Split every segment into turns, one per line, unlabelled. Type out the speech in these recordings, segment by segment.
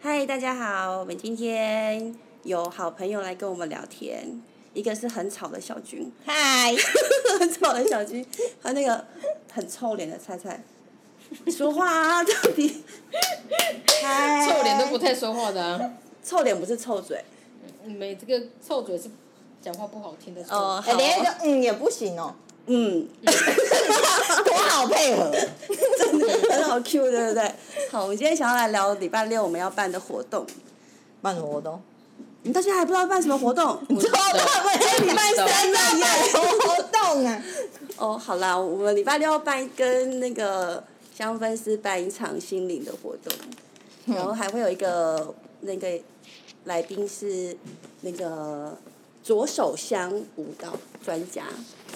嗨，大家好，我们今天有好朋友来跟我们聊天，一个是很吵的小军，
嗨，
很吵的小军，还有那个很臭脸的菜菜，说话啊，到底，
哎
嗨
臭脸都不太说话的啊，
臭脸不是臭嘴，
没这个臭嘴是讲话不好听的臭。
哦
哎、连一个嗯也不行哦，
嗯，
多好配合。
真的很好 Q，对不对？好，我们今天想要来聊礼拜六我们要办的活动，
办什么活动？
你到现在还不知道办什么活动？
知道办
礼拜三啊了耶！
什么活哎动啊？
哦，好啦，我们礼拜六要办跟那个香氛师办一场心灵的活动，然后还会有一个那个来宾是那个左手香舞蹈专家，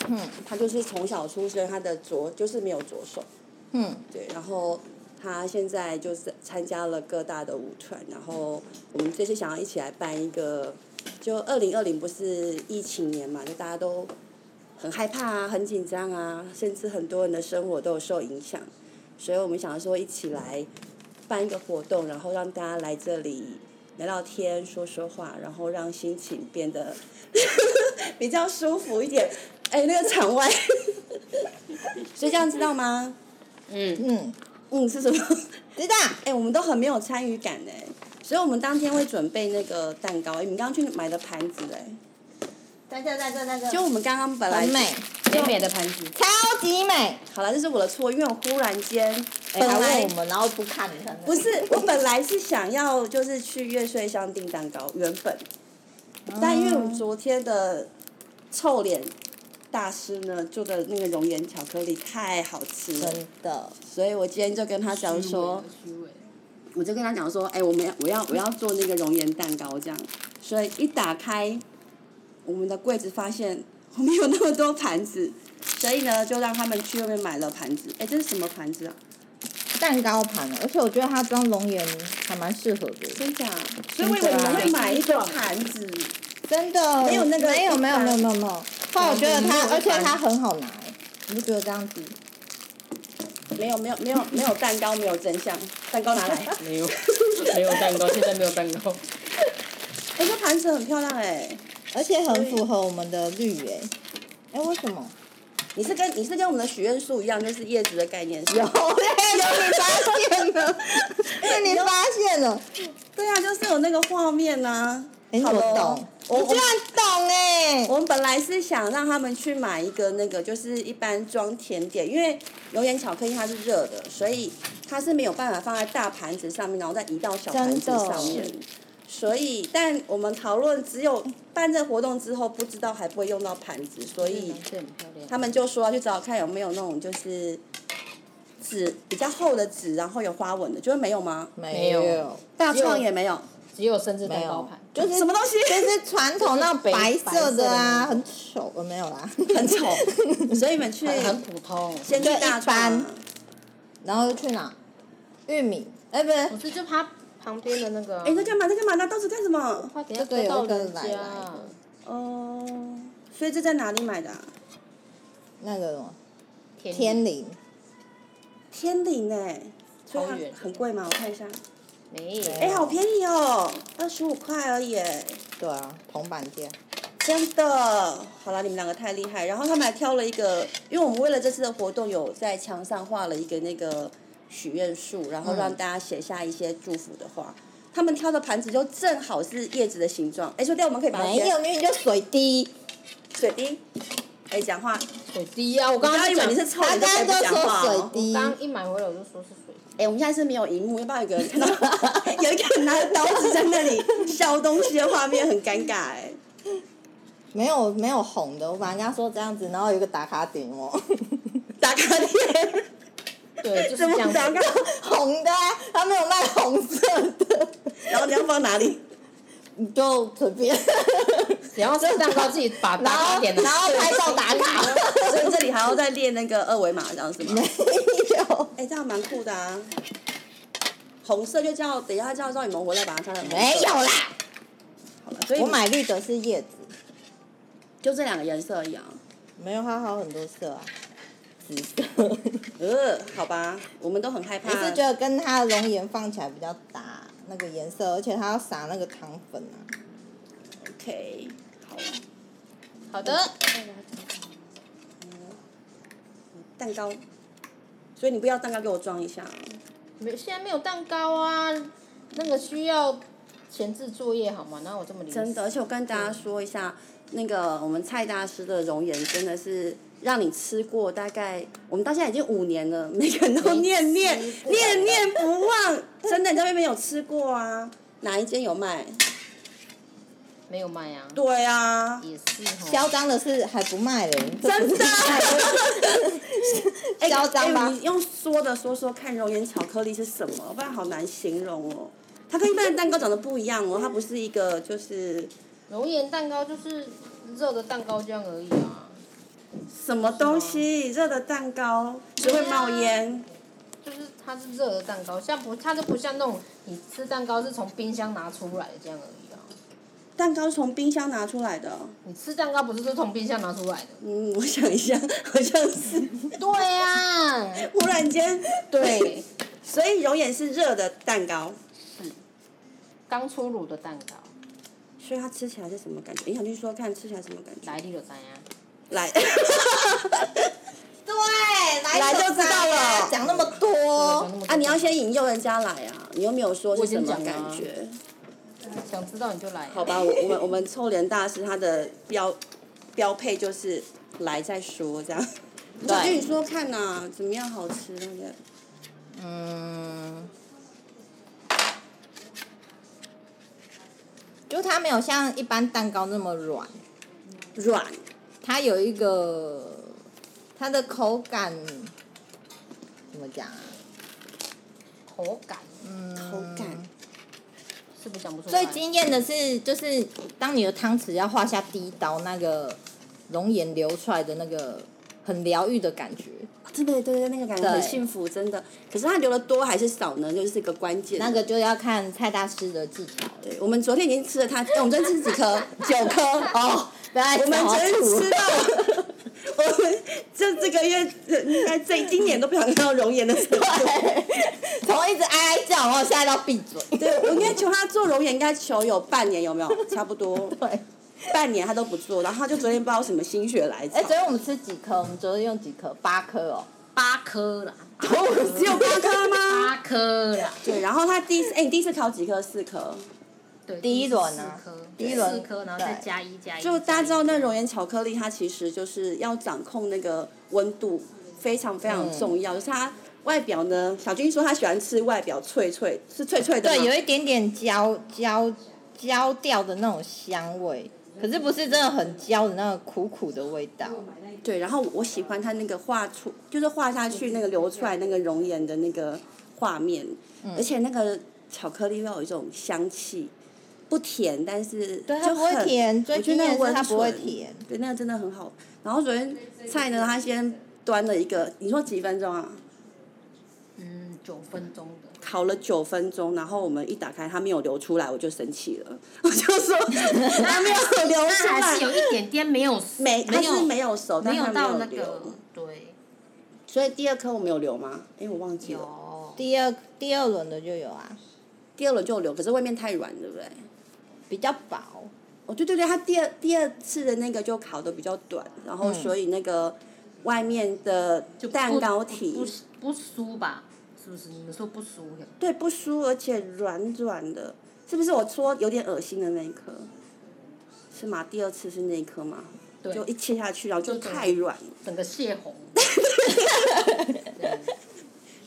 嗯
他就是从小出生，他的左就是没有左手，
嗯，
对，然后他现在就是参加了各大的舞团，然后我们这次想要一起来办一个，就二零二零不是疫情年嘛，就大家都很害怕啊，很紧张啊，甚至很多人的生活都有受影响，所以我们想说一起来办一个活动，然后让大家来这里。聊聊天，说说话，然后让心情变得 比较舒服一点。哎，那个场外， 所以这样知道吗？
嗯，
嗯，
嗯，是什么？
知道。
哎、我们都很没有参与感呢，哎所以我们当天会准备那个蛋糕。哎你们刚刚去买的盘子哎，
在这，在这，在这
就我们刚刚本来
很美，
美美的盘子，
超级美。
好了，这是我的错，因为我忽然间
本
本
来
来
哎我们然后不看，你看
不是我本来是想要就是去月税香订蛋糕原本，
哦
但因为我们昨天的臭脸大师呢做的那个熔岩巧克力太好吃了，
真的，
所以我今天就跟他讲说。
虚伪的，
我就跟他讲说，哎、我们要我要我要做那个熔岩蛋糕这样，所以一打开我们的柜子，发现我们有那么多盘子，所以呢，就让他们去外面买了盘子。哎、这是什么盘子啊？
蛋糕盘啊，而且我觉得它装龙眼还蛮适合的。
真假？所以我以为你们会买一个盘子，
真的，
没有那个
没有
一般
没有没有没有没有。后来我觉得
没有
它，
那个
而
一
且
般
它很好拿，你不觉得这样子？
没有没有没有没有蛋糕，没有真相，蛋糕 拿来。哎、
没有没有蛋糕，现在没有蛋糕。
这盘子很漂亮哎、
而且很符合我们的绿诶。哎，为什么？
你是跟你是跟我们的许愿树一样，就是叶子的概念是吗
有嘞，有你发现了， 被你发现了，
对啊，就是有那个画面呐、
哎、
好
我
咯
懂，
我
你居
我
然懂哎、
我们本来是想让他们去买一个那个，就是一般装甜点，因为熔岩巧克力它是热的，所以它是没有办法放在大盘子上面，然后再移到小盘子上面
真。
所以，但我们讨论只有办这活动之后，不知道还不会用到盘子，所以
这很漂亮。
他们就说要去找看有没有那种就是纸比较厚的纸，然后有花纹的，就是没有吗？
没
有
大创
只有
也没有，
只有生日蛋
没
糕
有
盘，，
就是
什么东西？
就是传统那种
北
白色的啊，
白色的那
很丑，呃没有啦，
很丑，所以你们去
很很普通。
先去
就一
大创啊、
般然后又去哪？玉米，哎、不
我
是，
这就它旁边的那个啊。
哎、在干嘛？在干嘛？拿刀子干什么？
快点，
这个
快到
有一个
人
奶
家
奶的
哦，所以这在哪里买的、啊？
那个什么
天
天灵，
天顶哎、欸，所以
超远
它很贵吗？我看一下，
没有。
哎、好便宜哦，二十五块而已、欸，
对啊，铜板街，
真的。好了，你们两个太厉害。然后他们还挑了一个，因为我们为了这次的活动，有在墙上画了一个那个许愿树，然后让大家写下一些祝福的话。他们挑的盘子就正好是叶子的形状，哎、说掉我们可以把它
没
贴
有，明明就水滴，
水滴。哎、讲话，
水滴呀！我刚
不
刚
要以为
讲
你是臭
他
你就可以
刚刚
不
就
讲话哦
说水
我
滴，
刚一买回来我就说是水滴。
哎、我们现在是没有荧幕，要不要有个 人看到有一个人拿着刀子在那里削东西的画面，很尴尬哎、
没有没有红的，我把人家说这样子，然后有一个打卡点哦。
打卡 点，
对， 就是
怎
这
么
样子。
打卡？
红的、啊，他没有卖红色的，
然后你要放哪里？
你就随便。
然后吃蛋糕自己把
然
打
后
卡点了
然后拍照打卡，
所以这里还要再列那个二维码，这样是吗？
没有
哎、这样蛮酷的啊。红色就叫，等一下叫赵雨萌回来把它穿成红色。
没有啦，
好了，所以
我买绿的是叶子，
就这两个颜色而已啊。
没有它还有很多色啊。资格。
呃，好吧，我们都很害怕。
我是觉得跟它的熔岩放起来比较搭那个颜色，而且它要撒那个糖粉啊。
OK，好，
好的，
蛋糕，所以你不要蛋糕给我装一下啊。
没现在没有蛋糕啊，那个需要前置作业好吗？哪有这么临时？
真的，而且我跟大家说一下，那个我们蔡大师的熔岩真的是让你吃过，大概我们到现在已经五年了，每个人都念念
没吃过
念念不忘。真的，你在外面有吃过啊？哪一间有卖？
没有卖啊，
对啊，
也是哦
嚣
哈。
张的是还不卖人，
真的哎
嚣张吧
哎你用说的说说看，熔岩巧克力是什么？不然好难形容哦。它跟一般的蛋糕长得不一样哦，它不是一个就是
熔岩蛋糕就是热的蛋糕酱而已啊，
什么东西热的蛋糕只会冒烟。
就是它是热的蛋糕，像不它就不像那种你吃蛋糕是从冰箱拿出来的这样而已啊。
蛋糕从冰箱拿出来的哦、
你吃蛋糕不是都从冰箱拿出来的？
嗯，我想一下， 好像是
对呀、啊，
忽然间，
对，
所以熔岩是热的蛋糕，
刚出炉的蛋糕，
所以它吃起来是什么感觉？你想去说看吃起来什么感觉？
来你就知呀。
来，
对，
来
来
就知道了
讲那么
讲那
多，
么多
啊，你要先引诱人家来啊，你又没有说是什么
我已经讲了
感
啊
觉？
想知道你就来、啊。
好吧，我我们我们臭脸大师他的标标配就是来再说这样。我
对
跟你说看呐、怎么样好吃那个？
嗯，就它没有像一般蛋糕那么软，
软，
它有一个它的口感怎么讲啊？
口感
口感，
是不是讲不出来？
啊
最惊艳的是，就是当你的汤匙要画下第一刀，那个熔岩流出来的那个很疗愈的感觉，
啊真的对对，对那个感觉
对
很幸福，真的。可是它留的多还是少呢？就是个关键。
那个就要看蔡大师的技巧了。
对，我们昨天已经吃了它，哎我们昨天吃几颗？ 九颗哦。
不要
我们昨天吃
吃
到， 我们这这个月呃应该这今年都不想看到熔岩的程度。
从一直哀哀叫，然后现在到闭嘴。
对，我应该求他做熔岩，应该求有半年有没有？差不 多
对，
半年他都不做，然后他就昨天不知道什么心血来潮
哎，，昨天我们吃几颗？我们昨天用几颗？八颗哦。
八颗啦，
哦，只有八颗吗？
八颗啦。
对，然后他第一次，哎，你第一次烤几颗？四颗。
对，
第一轮啊
四颗，
第一轮
四颗，然后再
对
加一加一。
就大家知道，那熔岩巧克力它其实就是要掌控那个温度，非常非常重要。就是它外表呢，小军说他喜欢吃外表脆脆，是脆脆的吗
对，有一点点焦焦焦掉的那种香味，可是不是真的很焦的那个苦苦的味道。
对。然后我喜欢它那个画出，就是画下去那个流出来那个熔岩的那个画面，
嗯
而且那个巧克力会有一种香气，不甜，但是
对，它
就
不会
很
甜，
我
最
觉
惊
得那
艳的
个
是它不会
温醇
甜。
对，那个真的很好。然后昨天菜呢，他先端了一个，你说几分钟啊？
嗯，九分钟的，
烤了九分钟，然后我们一打开，它没有流出来，我就生气了， 我就 说它没有流出
那还是有
来，
一点点没有
没，它
没
是
有
没有熟，但
没
它
有
没
到
有
那
流
个。对，
所以第二颗我们有流吗？哎，我忘记了。
有
第二第二轮的就有啊，
第二轮就有流，可是外面太软，对不对？
比较薄。
哦，对对对，它第二第二次的那个就烤的比较短，然后所以那个外面的
嗯就不
蛋糕
不
体
不酥吧？是不是？你们说不酥？
对不酥，而且软软的，是不是？我说有点恶心的那一颗，是吗？第二次是那一颗吗？
对，
就一切下去，然后就
就整个
太软了。
整个泄洪。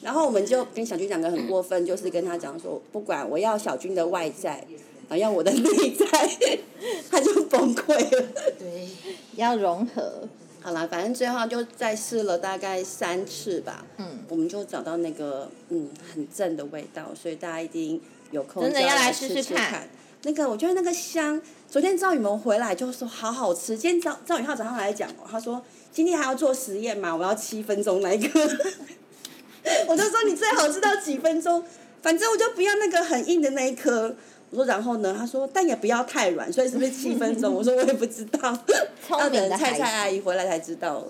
然后我们就跟小军两个很过分，就是跟他讲说，不管我要小军的外在，然后要我的内在， 他就崩溃了。
对，
要融合，
好啦，反正最后就再试了大概三次吧，
嗯，
我们就找到那个嗯很正的味道，所以大家一定有空
真的
就
要来
来
试
试
试看
看。那个我觉得那个香，昨天赵雨萌回来就说好好吃。今天赵赵宇浩早上来讲哦，他说今天还要做实验嘛，我要七分钟来一个。 我就说你最好吃到几分钟，反正我就不要那个很硬的那一颗。我说然后呢？他说但也不要 太软，所以是不是七分钟？我说我也不知道，
聪
要
明
等
的
菜菜
孩
阿
子。嗯
姨回来才知道。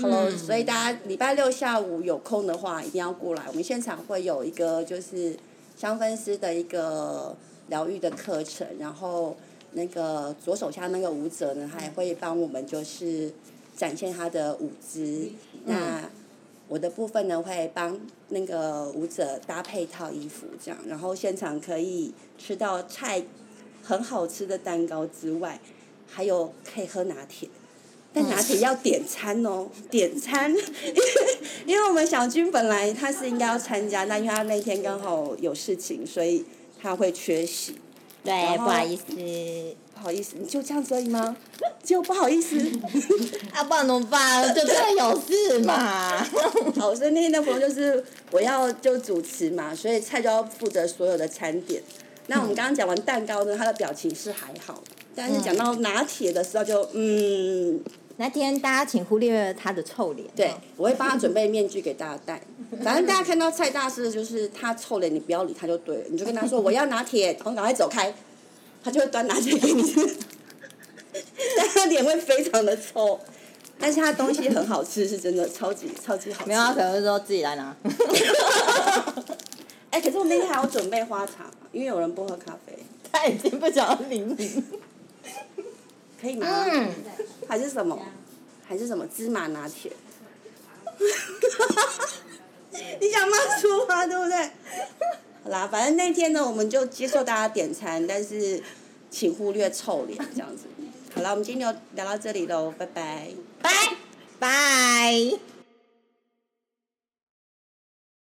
好了，所以大家礼拜六下午有空的话，一定要过来。我们现场会有一个就是香氛师的一个疗愈的课程，然后那个左手下那个舞者呢，他也会帮我们就是展现他的舞姿。那我的部分呢，会帮那个舞者搭配一套衣服这样，然后现场可以吃到菜很好吃的蛋糕之外，还有可以喝拿铁。但拿铁要点餐哦， 点餐，因为因为我们小军本来他是应该要参加，但因为他那天刚好有事情，所以他会缺席。
对，
然后
不好意思，
不好意思，你就这样子而已吗？ 就不好意思。
啊，不然怎么办？就真的有事 嘛。
好，所以那天的活动就是我要就主持嘛，所以菜就要负责所有的餐点。那我们刚刚讲完蛋糕呢，他的表情是还好，但是讲到拿铁的时候就嗯，
那天大家请忽略他的臭脸。
对，我会帮他准备面具给大家戴。反正大家看到蔡大师就是他臭脸，你不要理他就对了，你就跟他说我要拿铁，然后赶快走开，他就会端拿铁给你吃。 但他脸会非常的臭，但是他东西很好吃，是真的超级超级好吃。
没有，他啊可能会说自己来拿。
哎、可是我那天还要准备花茶，因为有人不喝咖啡，
他已经不想要理你。
可以吗？
嗯，
还是什么？还是什么芝麻拿铁？ 你想骂出啊，对不对？好啦，反正那天呢，我们就接受大家点餐，但是请忽略臭脸这样子。好了，我们今天就聊到这里喽，拜拜。
拜拜。